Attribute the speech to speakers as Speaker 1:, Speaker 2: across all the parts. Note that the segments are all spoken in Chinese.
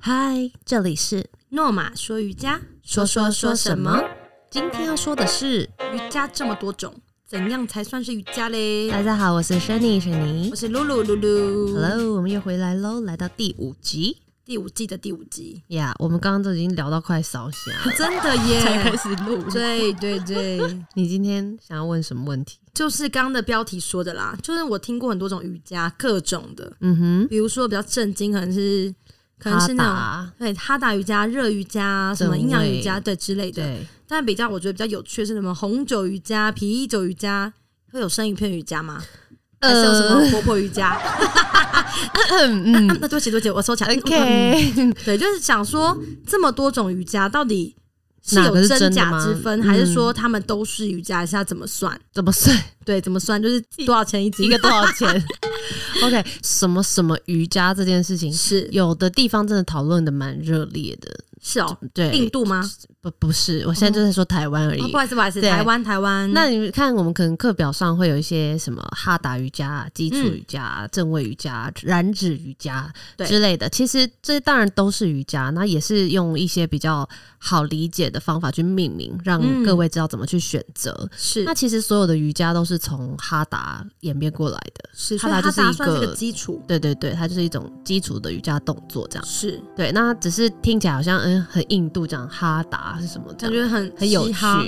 Speaker 1: 嗨，这里是
Speaker 2: 诺玛说瑜伽，
Speaker 1: 说说说什么？今
Speaker 2: 今
Speaker 1: 天
Speaker 2: 天
Speaker 1: 要说的是，
Speaker 2: 瑜伽这么多种，怎样才算是瑜伽嘞？
Speaker 1: 大家好，我是 Shani 水泥
Speaker 2: 我是露露露露
Speaker 1: Hello，我们又回来喽，来到第五集
Speaker 2: 第五季的第五集，，
Speaker 1: 呀。我们刚刚都已经聊到快烧瞎了
Speaker 2: 真的
Speaker 1: 才开
Speaker 2: 耶！
Speaker 1: 始录。
Speaker 2: 对对对，
Speaker 1: 你今天想要问什么问题？
Speaker 2: 就是刚刚的标题说的啦，就是我听过很多种瑜伽，各种的，
Speaker 1: 嗯
Speaker 2: 比如说比较震惊，可能是可
Speaker 1: 哼，
Speaker 2: 能是那种
Speaker 1: 哈达
Speaker 2: 对哈达瑜伽、热瑜伽、什么
Speaker 1: 正
Speaker 2: 营养瑜
Speaker 1: 位
Speaker 2: 伽对之类的。
Speaker 1: 对，
Speaker 2: 但比较我觉得比较有趣的是什么红酒瑜伽、啤酒瑜伽，会有生鱼片瑜伽吗？
Speaker 1: 呃
Speaker 2: 还是有什么婆婆瑜伽？
Speaker 1: 嗯
Speaker 2: 啊
Speaker 1: 嗯
Speaker 2: 那对不起，对不起，我收起来。嗯
Speaker 1: ，OK，
Speaker 2: 对，就是想说这么多种瑜伽到底是
Speaker 1: 哪个
Speaker 2: 有
Speaker 1: 是
Speaker 2: 真
Speaker 1: 真的
Speaker 2: 假
Speaker 1: 吗
Speaker 2: 之分，还是
Speaker 1: 嗯
Speaker 2: 说他们都是瑜伽？是要怎么算？
Speaker 1: 怎么 算？
Speaker 2: 对，怎么算？就是多少钱一
Speaker 1: 一
Speaker 2: 集？
Speaker 1: 个多少钱？OK，什么什么瑜伽这件事情，
Speaker 2: 是
Speaker 1: 有的地方真的讨论的蛮热烈的。
Speaker 2: 是哦，
Speaker 1: 对，
Speaker 2: 印度吗？
Speaker 1: 不不是，我现在就在说台湾而
Speaker 2: 哦
Speaker 1: 已
Speaker 2: 不。好意思，不好意思，
Speaker 1: 对
Speaker 2: 台湾，台湾。
Speaker 1: 那你看，我们可能课表上会有一些什么哈达瑜伽、基础瑜伽、正位瑜伽、燃脂瑜伽
Speaker 2: 对
Speaker 1: 之类的。其实这当然都是瑜伽，那也是用一些比较好理解的方法去命名，让
Speaker 2: 嗯
Speaker 1: 各位知道怎么去选择。
Speaker 2: 是
Speaker 1: 那其实所有的瑜伽都是从哈达演变过来的。
Speaker 2: 是，
Speaker 1: 哈
Speaker 2: 所以
Speaker 1: 达
Speaker 2: 它
Speaker 1: 就是
Speaker 2: 打
Speaker 1: 一
Speaker 2: 算是
Speaker 1: 个
Speaker 2: 个基础，
Speaker 1: 对对对，它就是一种基础的瑜伽动作，这样。
Speaker 2: 是
Speaker 1: 对，那只是听起来好像嗯很印度这样，哈达是什么这
Speaker 2: 感
Speaker 1: 样？
Speaker 2: 觉很
Speaker 1: 很有
Speaker 2: 嘻
Speaker 1: 趣
Speaker 2: 哈，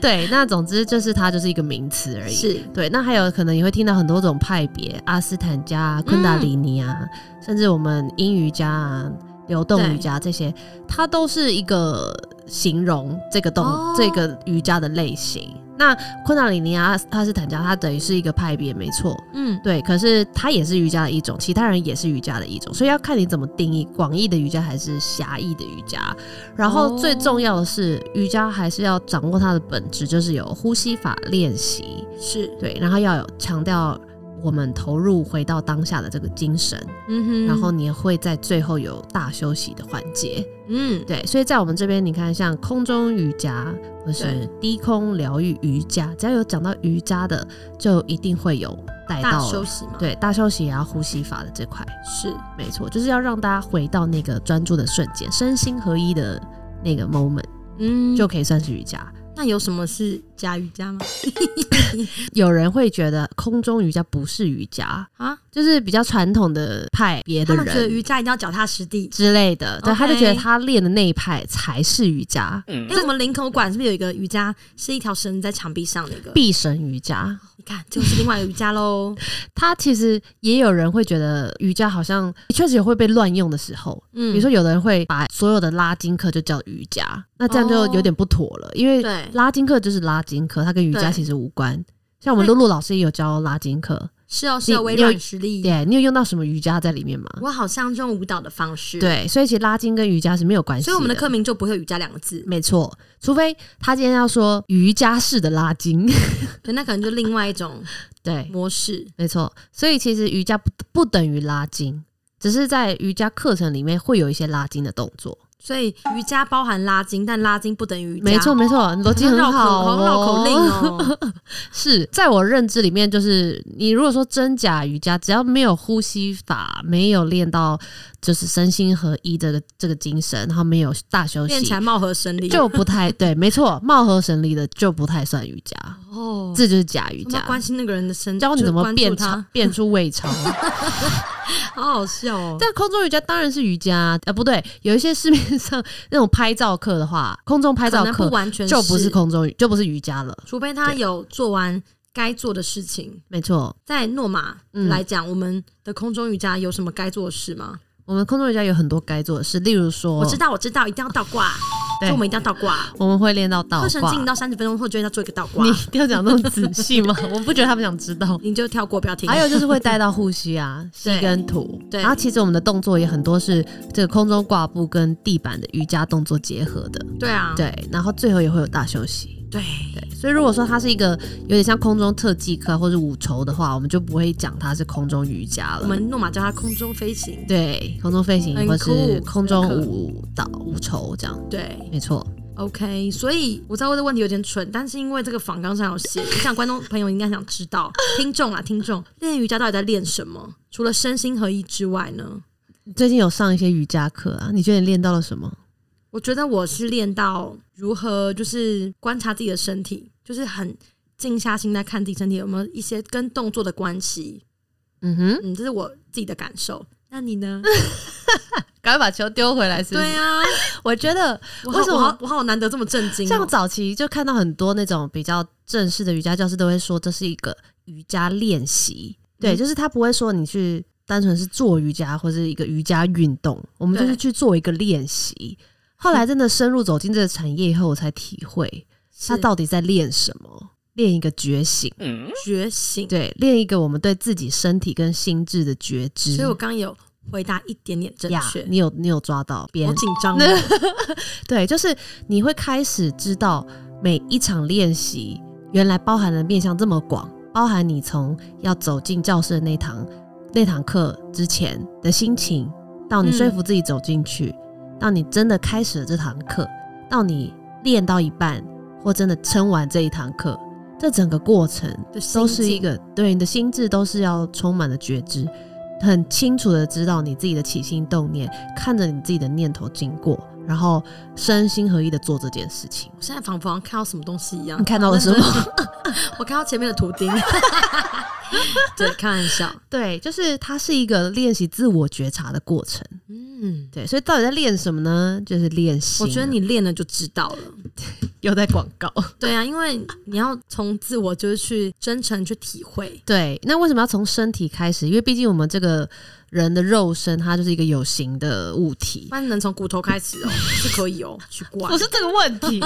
Speaker 1: 对，那总之就是它就是一个名词而已。
Speaker 2: 是
Speaker 1: 对，那还有可能也会听到很多种派别，阿斯坦加、
Speaker 2: 嗯
Speaker 1: 啊、昆达里尼啊，甚至我们阴瑜伽啊、流动瑜伽这些，它都是一个形容这个动、
Speaker 2: 哦
Speaker 1: 这个瑜伽的类型。那昆达里尼啊、阿斯坦加，它等于是一个派别，没错。
Speaker 2: 嗯，
Speaker 1: 对，可是它也是瑜伽的一种，其他人也是瑜伽的一种，所以要看你怎么定义广义的瑜伽还是狭义的瑜伽。然后
Speaker 2: 哦
Speaker 1: 最重要的是，瑜伽还是要掌握它的本质，就是有呼吸法练习，
Speaker 2: 是，
Speaker 1: 对，然后要有强调我们投入回到当下的这个精神，
Speaker 2: 嗯哼，
Speaker 1: 然后你也会在最后有大休息的环节。
Speaker 2: 嗯，
Speaker 1: 对，所以在我们这边，你看像空中瑜伽或是
Speaker 2: 对
Speaker 1: 低空疗愈瑜伽，只要有讲到瑜伽的，就一定会有带
Speaker 2: 大
Speaker 1: 到。
Speaker 2: 休息嘛，，
Speaker 1: 对，大休息也要啊呼吸法的这块，
Speaker 2: 是
Speaker 1: 没错，就是要让大家回到那个专注的瞬间，身心合一的那个 moment，
Speaker 2: 嗯，
Speaker 1: 就
Speaker 2: 就
Speaker 1: 可以算是瑜伽。
Speaker 2: 那有什么是假瑜伽吗？
Speaker 1: 有人会觉得空中瑜伽不是瑜伽，
Speaker 2: 啊，
Speaker 1: 就是比较传统的派别
Speaker 2: 他
Speaker 1: 的
Speaker 2: 们觉得
Speaker 1: 人
Speaker 2: 瑜伽一定要脚踏实地。
Speaker 1: 之类的，对，
Speaker 2: OK 嗯
Speaker 1: 他就觉得他练的那一派才是瑜伽，
Speaker 2: 因为我们林口馆是不是有一个瑜伽，是一条绳子在墙壁上那个？
Speaker 1: 必神瑜伽。
Speaker 2: 你看，就是另外一个瑜伽喽。
Speaker 1: 他其实也有人会觉得瑜伽好像确实也会被乱用的时候，
Speaker 2: 嗯，
Speaker 1: 比如说有的人会把所有的拉筋课就叫瑜伽，那这样就
Speaker 2: 哦
Speaker 1: 有点不妥了，因为
Speaker 2: 对，
Speaker 1: 拉筋课就是拉筋课，它跟瑜伽
Speaker 2: 对
Speaker 1: 其实无关。像我们露露老师也有教拉筋课，
Speaker 2: 是哦，是哦，
Speaker 1: 你
Speaker 2: 微
Speaker 1: 你有
Speaker 2: 软实力。
Speaker 1: 对，你有用到什么瑜伽在里面吗？
Speaker 2: 我好像用舞蹈的方式，，
Speaker 1: 对，所以其实拉筋跟瑜伽是没有关系。
Speaker 2: 所以我们的课名就不会有瑜伽两个字，
Speaker 1: 没错，除非他今天要说瑜伽式的拉筋，
Speaker 2: 对，那可能就另外一种
Speaker 1: 对，
Speaker 2: 模式。
Speaker 1: 没错。所以其实瑜伽不不等于拉筋，只是在瑜伽课程里面会有一些拉筋的动作。
Speaker 2: 所以瑜伽包含拉筋，但拉筋不等于瑜伽。哦
Speaker 1: 没错，没错，逻辑很
Speaker 2: 绕口，
Speaker 1: 好、
Speaker 2: 好
Speaker 1: 哦，
Speaker 2: 绕口 令哦。
Speaker 1: 是在我认知里面，就是你如果说真假瑜伽，只要没有呼吸法，没有练到就是身心合一的这个精神，然后没有大休
Speaker 2: 练起
Speaker 1: 息，
Speaker 2: 来貌合神离。
Speaker 1: 就不太对，没错，貌合神离的就不太算瑜伽，
Speaker 2: 哦，
Speaker 1: 这就是假瑜
Speaker 2: 我们要
Speaker 1: 伽
Speaker 2: 关。心那个人的身，
Speaker 1: 教你
Speaker 2: 就
Speaker 1: 怎么
Speaker 2: 关注
Speaker 1: 变
Speaker 2: 他
Speaker 1: 超，变出胃超。
Speaker 2: 好好笑哦。
Speaker 1: 但空中瑜伽当然是瑜伽啊，呃，不对，有一些市面上那种拍照课的话，空中拍
Speaker 2: 可
Speaker 1: 照
Speaker 2: 能
Speaker 1: 课
Speaker 2: 不完全
Speaker 1: 就不是，空中瑜，就不是瑜伽了。
Speaker 2: 除非他有做完该做的事情。
Speaker 1: 没错，
Speaker 2: 在诺玛
Speaker 1: 嗯
Speaker 2: 来讲，我们的空中瑜伽有什么该做的事吗？
Speaker 1: 我们空中瑜伽有很多该做的事，例如说，
Speaker 2: 我知道，我知道，一定要倒挂，
Speaker 1: 哦对
Speaker 2: 就我们一定要倒挂。
Speaker 1: 我们会练到倒
Speaker 2: 课程
Speaker 1: 挂。
Speaker 2: 进行到三十分钟后，就要做一个倒挂
Speaker 1: 你，一定要讲那么仔细 吗？我不觉得他们想知道。
Speaker 2: 你就跳过，不要听。
Speaker 1: 还有就是会带到护膝啊，膝
Speaker 2: 对
Speaker 1: 跟土。
Speaker 2: 对
Speaker 1: 然后其实我们的动作也很多是这个空中挂步跟地板的瑜伽动作结合的。
Speaker 2: 对啊，
Speaker 1: 对，然后最后也会有大休息。
Speaker 2: 对
Speaker 1: 对，所以如果说它是一个有点像空中特技课或者舞筹的话，我们就不会讲它是空中瑜伽
Speaker 2: 我
Speaker 1: 了。
Speaker 2: 们诺玛叫它空中飞行。
Speaker 1: 对，空中飞行
Speaker 2: 很
Speaker 1: 或
Speaker 2: 酷
Speaker 1: 是空中
Speaker 2: 很酷
Speaker 1: 舞蹈舞筹这样，
Speaker 2: 对
Speaker 1: 没错。
Speaker 2: ，OK，所以我知道我的问题有点蠢，但是因为这个访纲上有写，我想观众朋友应该想知 道，听众啊，听众练瑜伽到底在练什么？除了身心合一之外呢？
Speaker 1: 最近有上一些瑜伽课啊，你觉得你练到了什么？
Speaker 2: 我觉得我是练到如何就是观察自己的身体，就是很静下心来看自己身体有没有一些跟动作的关系。
Speaker 1: 嗯哼，
Speaker 2: 嗯，这是我自己的感受。那你呢？
Speaker 1: 赶快把球丢回来，是不是？
Speaker 2: 对啊，
Speaker 1: 我觉得
Speaker 2: 我
Speaker 1: 为什么
Speaker 2: 好我好我好难得这么震惊哦、
Speaker 1: 像早期就看到很多那种比较正式的瑜伽教师都会说这是一个瑜伽练习，对，
Speaker 2: 嗯
Speaker 1: 就是他不会说你去单纯是做瑜伽或是一个瑜伽运动，我们就
Speaker 2: 对
Speaker 1: 是去做一个练习。后来真的深入走进这个产业以后，我才体会他
Speaker 2: 是嗯
Speaker 1: 到底在练什么，练一个觉醒，
Speaker 2: 觉醒。
Speaker 1: 对，练一个我们对自己身体跟心智的觉知。
Speaker 2: 所以我刚刚有回答一点点正
Speaker 1: 呀
Speaker 2: 确，
Speaker 1: 你有你有抓到边
Speaker 2: 好紧张哦。
Speaker 1: 对，就是你会开始知道每一场练习原来包含的面向这么广，包含你从要走进教室的那堂那堂课之前的心情，到你说服自己走进去，到你真的开始了这堂课，到你练到一半或真的撑完这一堂课，这整个过程
Speaker 2: 就心
Speaker 1: 都是一
Speaker 2: 境
Speaker 1: 个对你的心智都是要充满了觉知，很清楚的知道你自己的起心动念，看着你自己的念头经过，然后身心合一的做这件事情。
Speaker 2: 我现在仿佛好像看到什么东西一样
Speaker 1: 你。看到了什么？
Speaker 2: 我看到前面的图 钉。对，开玩笑。
Speaker 1: 对，就是它是一个练习自我觉察的过程。
Speaker 2: 嗯，
Speaker 1: 对，所以到底在练什么呢？就是练习。
Speaker 2: 我觉得你练了就知道了。
Speaker 1: 又在广告。
Speaker 2: 对啊，因为你要从自我就是去真诚去体会。
Speaker 1: 对，那为什么要从身体开始？因为毕竟我们这个人的肉身，它就是一个有形的物体。
Speaker 2: 那你能从骨头开 始哦，是可以哦，去怪
Speaker 1: 不。是这个问 题，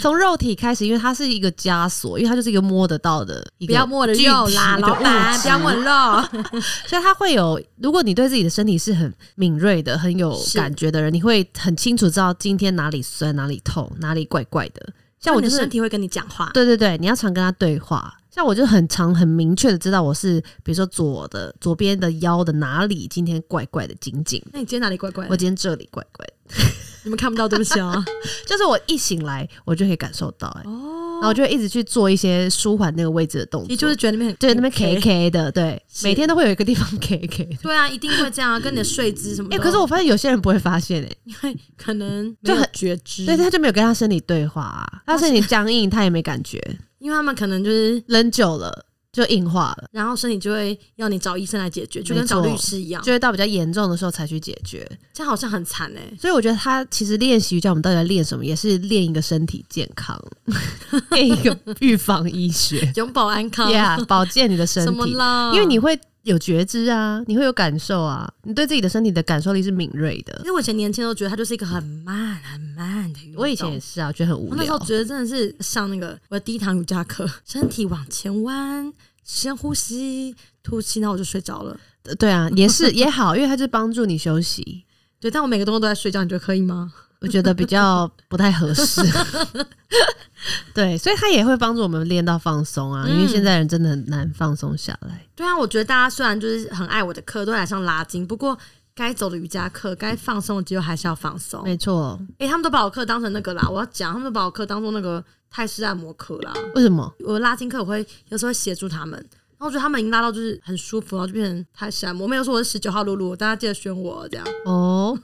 Speaker 1: 从肉体开始，因为它是一个枷锁，因为它就是一个摸得到的一
Speaker 2: 不
Speaker 1: 个，
Speaker 2: 要摸我的肉啦，
Speaker 1: 具体的
Speaker 2: 老
Speaker 1: 物
Speaker 2: 板！
Speaker 1: 质
Speaker 2: 不要摸我的肉。
Speaker 1: 所以它会有。如果你对自己的身体是很敏锐的、很有
Speaker 2: 是
Speaker 1: 感觉的人，你会很清楚知道今天哪里酸、哪里痛、哪里怪怪的。像我
Speaker 2: 你
Speaker 1: 就
Speaker 2: 的
Speaker 1: 是
Speaker 2: 身体会跟你讲话。
Speaker 1: 对对对，你要常跟他对话。像我就很常很明确的知道我是，比如说左的左边的腰的哪里今天怪怪的、紧紧的，
Speaker 2: 那你今天哪里怪怪
Speaker 1: 我
Speaker 2: 的？
Speaker 1: 今天这里怪怪的，
Speaker 2: 你们看不到，对不 起哦。
Speaker 1: 就是我一醒来我就可以感受到、欸，然后
Speaker 2: 哦
Speaker 1: 我，就会一直去做一些舒缓那个位置的动作，
Speaker 2: 你就是觉得那边很
Speaker 1: 对那边 K
Speaker 2: K
Speaker 1: K 的，对，
Speaker 2: 是
Speaker 1: 每天都会有一个地方 K K 的。
Speaker 2: 对啊，一定会这样啊，跟你的睡姿什么
Speaker 1: 哎、
Speaker 2: 的。
Speaker 1: 可是我发现有些人不会发现哎、
Speaker 2: 因为可能
Speaker 1: 就
Speaker 2: 没有
Speaker 1: 很
Speaker 2: 觉知，
Speaker 1: 对，他就没有跟他身体对话、啊，他身体僵硬，他也没感觉，
Speaker 2: 因为他们可能就是，
Speaker 1: 扔久了就硬化了，
Speaker 2: 然后身体就会要你找医生来解决，就
Speaker 1: 没
Speaker 2: 跟找律
Speaker 1: 错
Speaker 2: 师一样，
Speaker 1: 就会到比较严重的时候才去解决。
Speaker 2: 这样好像很惨哎、
Speaker 1: 所以我觉得他其实练习瑜伽，我们到底在练什么，也是练一个身体健康， 练一个预防医学
Speaker 2: 永保安康
Speaker 1: ，yeah，保健你的身
Speaker 2: 什么
Speaker 1: 体，
Speaker 2: 啦？
Speaker 1: 因为你会有觉知啊，你会有感受啊，你对自己的身体的感受力是敏锐的
Speaker 2: 因。为我以前年轻都觉得它就是一个很慢很慢的运动，
Speaker 1: 我以前也
Speaker 2: 我
Speaker 1: 是啊，我觉得很无
Speaker 2: 那时
Speaker 1: 聊
Speaker 2: 候。觉得真的是上那个我的第一堂瑜伽课，身体往前弯，深呼吸，吐气，然后我就睡着了。
Speaker 1: 对啊，也是也好，因为它就是帮助你休息，
Speaker 2: 对，但我每个动作都在睡觉，你觉得可以吗？
Speaker 1: 我觉得比较不太合 适。对，所以它也会帮助我们练到放松啊，因为
Speaker 2: 嗯
Speaker 1: 现在人真的很难放松下来。
Speaker 2: 对啊，我觉得大家虽然就是很爱我的课，都来上拉筋，不过该走的瑜伽课，该放松的肌肉还是要放松。
Speaker 1: 没错，
Speaker 2: 诶，他们都把我课当成那个啦，我要讲，他们都把我课当做那个泰式按摩课啦。
Speaker 1: 为什么？
Speaker 2: 我拉筋课我会有时候会协助他们，然后我觉得他们已经拉到就是很舒服，然后就变成泰式按摩。我没有说我是十九号露露，大家记得选我这样。
Speaker 1: 哦，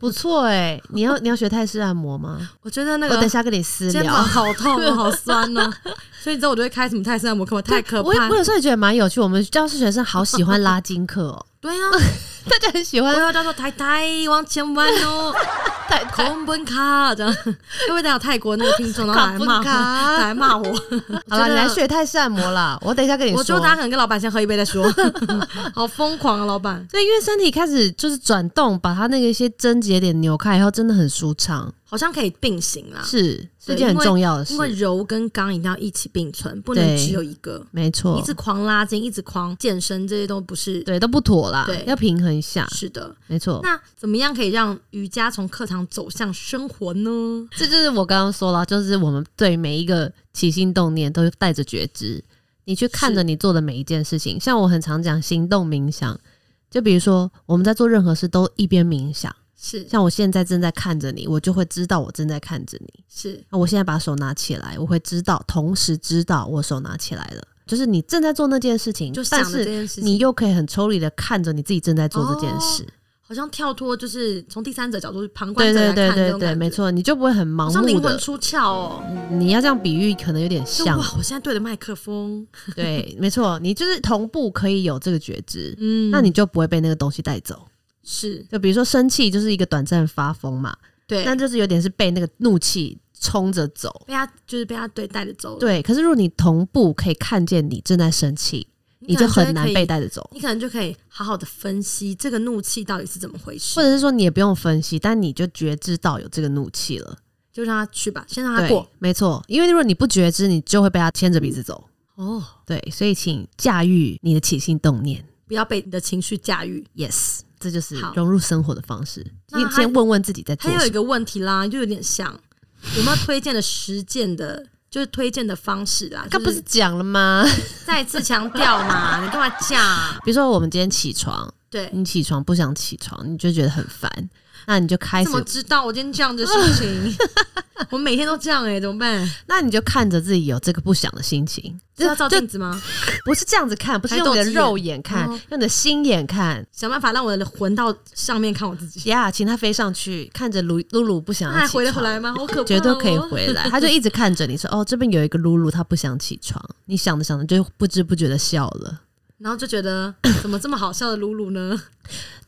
Speaker 1: 不错哎、你要你要学泰式按摩吗？
Speaker 2: 我觉得那
Speaker 1: 我等一
Speaker 2: 个
Speaker 1: 下跟你私
Speaker 2: 肩
Speaker 1: 聊
Speaker 2: 膀。好痛哦，好酸哦，所以你知道我就会开什么泰式按摩课吗？太可
Speaker 1: 我
Speaker 2: 怕
Speaker 1: 我！有时候也觉得蛮有趣，我们教室学生好喜欢拉筋课 哦，
Speaker 2: 对啊，
Speaker 1: 大家很喜
Speaker 2: 我
Speaker 1: 欢
Speaker 2: 要叫做太太往前弯 哦。
Speaker 1: 泰
Speaker 2: 空本卡这样，会不会等有泰国那个 听众然后来骂
Speaker 1: 空本卡
Speaker 2: 我，来骂我？
Speaker 1: 好了，
Speaker 2: 我觉得
Speaker 1: 你来学泰式按摩 啦，我等一下跟你说。
Speaker 2: 我觉得大家可能跟老板先喝一杯再说， 好疯狂啊，老板，
Speaker 1: 对，因为身体开始就是转动，把它那个一些症结点扭开以后，真的很舒畅，
Speaker 2: 好像可以并行
Speaker 1: 啊
Speaker 2: 啦，
Speaker 1: 是是
Speaker 2: 对
Speaker 1: 件很重要的
Speaker 2: 因为
Speaker 1: 事。
Speaker 2: 柔跟刚一定要一起并存，不
Speaker 1: 对
Speaker 2: 能只有一个，
Speaker 1: 没
Speaker 2: 一
Speaker 1: 错，
Speaker 2: 直狂拉筋，一直狂健身，这些都不是。
Speaker 1: 对都不妥啦
Speaker 2: 对，
Speaker 1: 要平衡一下，
Speaker 2: 是的，
Speaker 1: 没错。
Speaker 2: 那怎么样可以让瑜伽从课堂走向生活呢？
Speaker 1: 这就是我刚刚说了，就是我们对每一个起心动念都带着觉知，你去看着你做的每一件事情。像我很常讲行动冥想，就比如说我们在做任何事都一边冥想，
Speaker 2: 是
Speaker 1: 像我现在正在看着你，我就会知道我正在看着你。
Speaker 2: 是，
Speaker 1: 那我现在把手拿起来，我会知道，同时知道我手拿起来了，就是你正在做那件事情，
Speaker 2: 就
Speaker 1: 嗯
Speaker 2: 想
Speaker 1: 但
Speaker 2: 着这
Speaker 1: 是
Speaker 2: 件事情，
Speaker 1: 你又可以很抽离的看着你自己正在做这件事。
Speaker 2: 好像跳脱就是从第三者角度、旁观
Speaker 1: 对
Speaker 2: 者
Speaker 1: 对
Speaker 2: 来
Speaker 1: 对
Speaker 2: 看这
Speaker 1: 对
Speaker 2: 种
Speaker 1: 对，
Speaker 2: 感
Speaker 1: 没
Speaker 2: 觉，
Speaker 1: 错，你就不会很
Speaker 2: 好
Speaker 1: 盲
Speaker 2: 像
Speaker 1: 目
Speaker 2: 灵魂
Speaker 1: 的。嗯
Speaker 2: 出窍哦。
Speaker 1: 你要这样比喻，可能有点
Speaker 2: 就
Speaker 1: 像
Speaker 2: 哇，，我现在对着麦克风，
Speaker 1: 对，没错，你就是同步可以有这个觉知，
Speaker 2: 嗯，
Speaker 1: 那你就不会被那个东西带走。
Speaker 2: 是
Speaker 1: 就比如说生气，就是一个短暂发疯嘛，
Speaker 2: 对，
Speaker 1: 但就是有点是被那个怒气冲着走。
Speaker 2: 被他就是被他对带着走了，
Speaker 1: 对，可是如果你同步可以看见你正在生气，你
Speaker 2: 可
Speaker 1: 就
Speaker 2: 能会
Speaker 1: 很难
Speaker 2: 可以
Speaker 1: 被带着走。
Speaker 2: 你可能就可以好好的分析这个怒气到底是怎么回
Speaker 1: 或
Speaker 2: 事，
Speaker 1: 者是说你也不用分析，但你就觉知到有这个怒气了。
Speaker 2: 就让他去吧，先让他
Speaker 1: 对
Speaker 2: 过。，
Speaker 1: 没错，因为如果你不觉知，你就会被他牵着鼻子走。
Speaker 2: 哦，
Speaker 1: 对，所以请驾驭你的起心动念。
Speaker 2: 不要被你的情绪驾驭。
Speaker 1: Yes，这就是
Speaker 2: 好
Speaker 1: 融入生活的方式。
Speaker 2: 那
Speaker 1: 先
Speaker 2: 还
Speaker 1: 先问问自己在做
Speaker 2: 还有
Speaker 1: 什
Speaker 2: 一
Speaker 1: 么。
Speaker 2: 个问题啦，就有点像，有没有推荐的实践的，就是推荐的方式啦？
Speaker 1: 刚不是讲了吗？
Speaker 2: 再次强调嘛，你干嘛讲？
Speaker 1: 比如说我们今天起床，
Speaker 2: 对，
Speaker 1: 你起床不想起床，你就觉得很烦，那你就开始
Speaker 2: 怎么，知道我今天这样的心 情？我每天都这样哎、怎么办？
Speaker 1: 那你就看着自己有这个不想的心情，
Speaker 2: 是要照
Speaker 1: 就
Speaker 2: 镜子吗？
Speaker 1: 不是这样子看，不是
Speaker 2: 还
Speaker 1: 用你的
Speaker 2: 斗鸡眼
Speaker 1: 肉眼看，
Speaker 2: 哦
Speaker 1: 用你的心眼看。
Speaker 2: 想办法让我的魂到上面看我自己。
Speaker 1: 呀、请它飞上去，看着露露露不想
Speaker 2: 那
Speaker 1: 要
Speaker 2: 还
Speaker 1: 起
Speaker 2: 回得回
Speaker 1: 床
Speaker 2: 来吗？好可怕、哦！
Speaker 1: 绝对可以回来。他就一直看着你说：“哦，这边有一个露露，她不想起床。”你想着想着就不知不觉的笑了。
Speaker 2: 然后就觉 得怎么这么好笑的露露呢？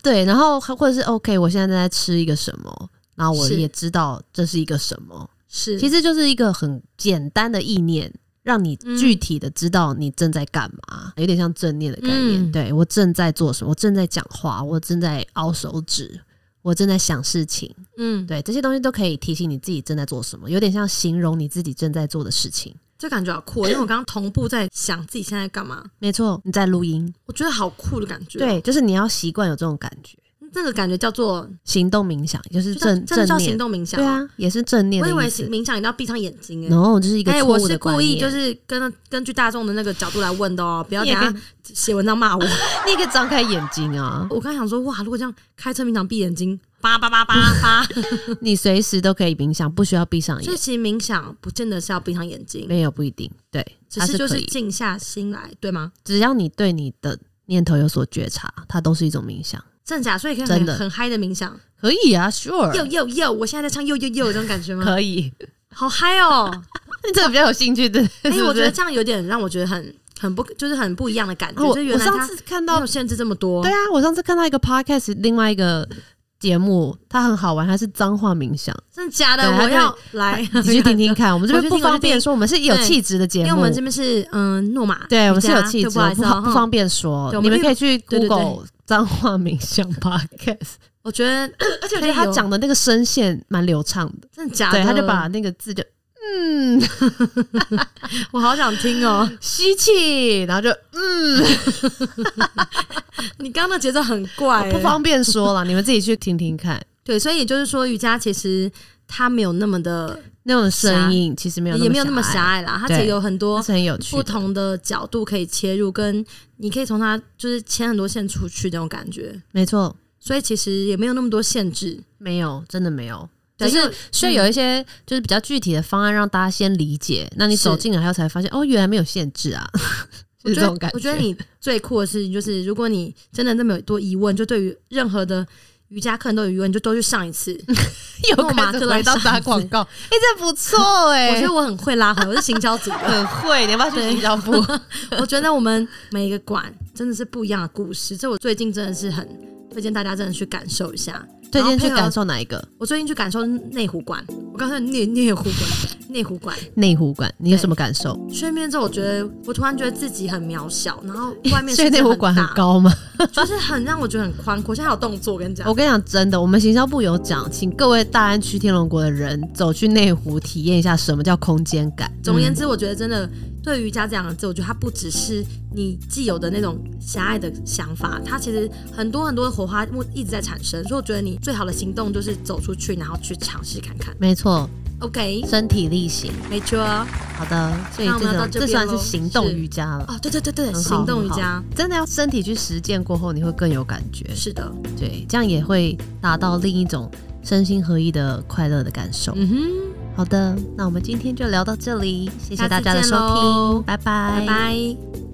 Speaker 1: 对，然后或者是哦 OK，我现在正在吃一个什么，然后我
Speaker 2: 是
Speaker 1: 也知道这是一个什么，
Speaker 2: 是，
Speaker 1: 其实就是一个很简单的意念。让你
Speaker 2: 嗯
Speaker 1: 具体的知道你正在干嘛，有点像正念的概念。
Speaker 2: 嗯
Speaker 1: 对我正在做什么，我正在讲话，我正在凹手指，我正在想事情。
Speaker 2: 嗯，
Speaker 1: 对，这些东西都可以提醒你自己正在做什么，有点像形容你自己正在做的事情。
Speaker 2: 就感觉好酷哦，因为我刚刚同步在想自己现在干嘛，
Speaker 1: 没错，你在录音，
Speaker 2: 我觉得好酷的感觉。，
Speaker 1: 对，就是你要习惯有这种感觉。
Speaker 2: 这个感觉叫做
Speaker 1: 行动冥想就是
Speaker 2: 就叫
Speaker 1: 正
Speaker 2: 真
Speaker 1: 正
Speaker 2: 的叫
Speaker 1: 念
Speaker 2: 行，动冥想。
Speaker 1: 对，啊，也是正念
Speaker 2: 我
Speaker 1: 的
Speaker 2: 以为
Speaker 1: 意
Speaker 2: 是
Speaker 1: 思。
Speaker 2: 冥想你都要闭上眼睛哎、
Speaker 1: 然后就是一个
Speaker 2: 哎、
Speaker 1: 错
Speaker 2: 我
Speaker 1: 误
Speaker 2: 是
Speaker 1: 的观
Speaker 2: 故意
Speaker 1: 念，
Speaker 2: 就是跟根据大众的那个角度来问的哦，不要
Speaker 1: 你
Speaker 2: 等
Speaker 1: 也可
Speaker 2: 下
Speaker 1: 以，
Speaker 2: 写文章 骂我。
Speaker 1: 你也可以张开眼睛 啊，
Speaker 2: 我刚想说，哇，如果这样开车冥想闭眼睛，叭叭叭叭叭，
Speaker 1: 你随时都可以冥想，不需要闭上
Speaker 2: 所以
Speaker 1: 眼，
Speaker 2: 其实冥想不见得是要闭上眼睛，
Speaker 1: 没有不一定，嗯对，
Speaker 2: 只
Speaker 1: 它
Speaker 2: 是
Speaker 1: 是
Speaker 2: 就
Speaker 1: 可
Speaker 2: 是
Speaker 1: 以，
Speaker 2: 静下心来，对吗？
Speaker 1: 只要你对你的念头有所觉察，它都是一种冥想，
Speaker 2: 真假，所以可以
Speaker 1: 真
Speaker 2: 很
Speaker 1: 的
Speaker 2: 很嗨的冥想。
Speaker 1: 可以啊
Speaker 2: 又
Speaker 1: ，Sure，
Speaker 2: 又又，我现在在唱又又又这种感觉吗？
Speaker 1: 可以，
Speaker 2: 好嗨哦！
Speaker 1: 你这个比较有兴趣的，
Speaker 2: 哎、
Speaker 1: 是
Speaker 2: 我
Speaker 1: 不
Speaker 2: 觉得
Speaker 1: 是？
Speaker 2: 这样有点让我觉得很很不，就是很不一样的感觉。
Speaker 1: 我
Speaker 2: 就原
Speaker 1: 我
Speaker 2: 来
Speaker 1: 上
Speaker 2: 他
Speaker 1: 次看
Speaker 2: 没
Speaker 1: 到
Speaker 2: 有限制这么多，
Speaker 1: 对啊，我上次看到一个 podcast，另外一个节目，它很好玩，它是脏话冥 想，
Speaker 2: 真的假的？
Speaker 1: 对他
Speaker 2: 我
Speaker 1: 就
Speaker 2: 要来，
Speaker 1: 你去听听看。我们这边
Speaker 2: 我去
Speaker 1: 不
Speaker 2: 听
Speaker 1: 方便说，我们是有气质的节
Speaker 2: 因
Speaker 1: 目，
Speaker 2: 为我们这边是嗯诺玛，
Speaker 1: 对我们是有
Speaker 2: 瑜伽
Speaker 1: 气
Speaker 2: 对
Speaker 1: 质，
Speaker 2: 不好
Speaker 1: 我
Speaker 2: 意
Speaker 1: 不
Speaker 2: 思、哦
Speaker 1: 好，不方便说
Speaker 2: 对。我
Speaker 1: 你
Speaker 2: 们
Speaker 1: 们可以去
Speaker 2: 对对对
Speaker 1: Google 脏话冥 想 podcast，
Speaker 2: 我觉得
Speaker 1: 而且
Speaker 2: 我觉得
Speaker 1: 他
Speaker 2: 有
Speaker 1: 讲的那个声线蛮流畅的，
Speaker 2: 真的假的，
Speaker 1: 对，他就把那个字就嗯
Speaker 2: 我好想 听哦。
Speaker 1: 吸气，然后就
Speaker 2: 你刚刚的节奏很怪、
Speaker 1: 不
Speaker 2: 哎
Speaker 1: 方便说了，你们自己去听听看。
Speaker 2: 对，所以也就是说，瑜伽其实它没有那么的，
Speaker 1: 那种声音其实没有
Speaker 2: 也没有那么
Speaker 1: 狭
Speaker 2: 狭
Speaker 1: 隘，
Speaker 2: 隘啦，它
Speaker 1: 对
Speaker 2: 其实有很多
Speaker 1: 它是很有趣
Speaker 2: 不
Speaker 1: 的。
Speaker 2: 同的角度可以切入，跟你可以从它就是牵很多线出去的那种感觉，
Speaker 1: 没错，
Speaker 2: 所以其实也没有那么多限制。
Speaker 1: 没有，真的没有。
Speaker 2: 对
Speaker 1: 只
Speaker 2: 因
Speaker 1: 是
Speaker 2: 为嗯
Speaker 1: 需要有一些就是比较具体的方案让大家先理解，那你走
Speaker 2: 是
Speaker 1: 进来后才发现哦，原来没有限制啊， 就
Speaker 2: 我
Speaker 1: 是
Speaker 2: 觉
Speaker 1: 这
Speaker 2: 得
Speaker 1: 种感
Speaker 2: 我觉得你最酷的事情就是，如果你真的那么有多疑问，就对于任何的瑜伽课都有疑问，你就都去上一次。
Speaker 1: 有
Speaker 2: 诺玛
Speaker 1: 开始
Speaker 2: 克莱
Speaker 1: 回到
Speaker 2: 上
Speaker 1: 打
Speaker 2: 次
Speaker 1: 广告， 哎、这不错哎、
Speaker 2: 我觉得我很会拉回来，我是行销组的。
Speaker 1: 很 会，你要不要去
Speaker 2: 对
Speaker 1: 新加 坡？
Speaker 2: 我觉得我们每一个馆真的是不一样的故事，这我最近真的是很推荐大家真的去感受一下。
Speaker 1: 最近去
Speaker 2: 然后配合
Speaker 1: 感受哪一个
Speaker 2: 我最近去感受内湖馆，我刚才内 内湖馆，内湖馆
Speaker 1: 内湖馆？你有
Speaker 2: 对
Speaker 1: 什么感受？
Speaker 2: 睡面之后，我觉得我突然觉得自己很渺小，然后外 面
Speaker 1: 所以
Speaker 2: 世界
Speaker 1: 内湖
Speaker 2: 很
Speaker 1: 馆很
Speaker 2: 大，
Speaker 1: 高吗？
Speaker 2: 就是很让我觉得很宽阔。现在还有动作，我跟你讲
Speaker 1: 我，跟你讲，真的，我们行销部有讲，请各位大安区天龙国的人走去内湖体验一下什么叫空间感。
Speaker 2: 总而
Speaker 1: 嗯
Speaker 2: 言之，我觉得真的对瑜伽这两个字，我觉得它不只是你既有的那种狭隘的想法，它其实很多很多的火花一直在产生。所以我觉得你最好的行动就是走出去，然后去尝试看看。
Speaker 1: 没错，
Speaker 2: OK，
Speaker 1: 身体力行。
Speaker 2: 没错。哦
Speaker 1: 好的，所以
Speaker 2: 那我
Speaker 1: 这
Speaker 2: 们要到
Speaker 1: 种
Speaker 2: 这
Speaker 1: 这
Speaker 2: 边
Speaker 1: 算是
Speaker 2: 咯
Speaker 1: 行动
Speaker 2: 是
Speaker 1: 瑜伽了。
Speaker 2: 哦，对对对对，
Speaker 1: 很好
Speaker 2: 行动瑜伽
Speaker 1: 真的要身体去实践过后，你会更有感觉。
Speaker 2: 是的。
Speaker 1: 对，这样也会达到另一种身心合一的快乐的感受。
Speaker 2: 嗯哼，
Speaker 1: 好的，那我们今天就聊到这里，谢谢
Speaker 2: 下次
Speaker 1: 大家的
Speaker 2: 见
Speaker 1: 收
Speaker 2: 喽
Speaker 1: 听，拜拜，
Speaker 2: 拜拜。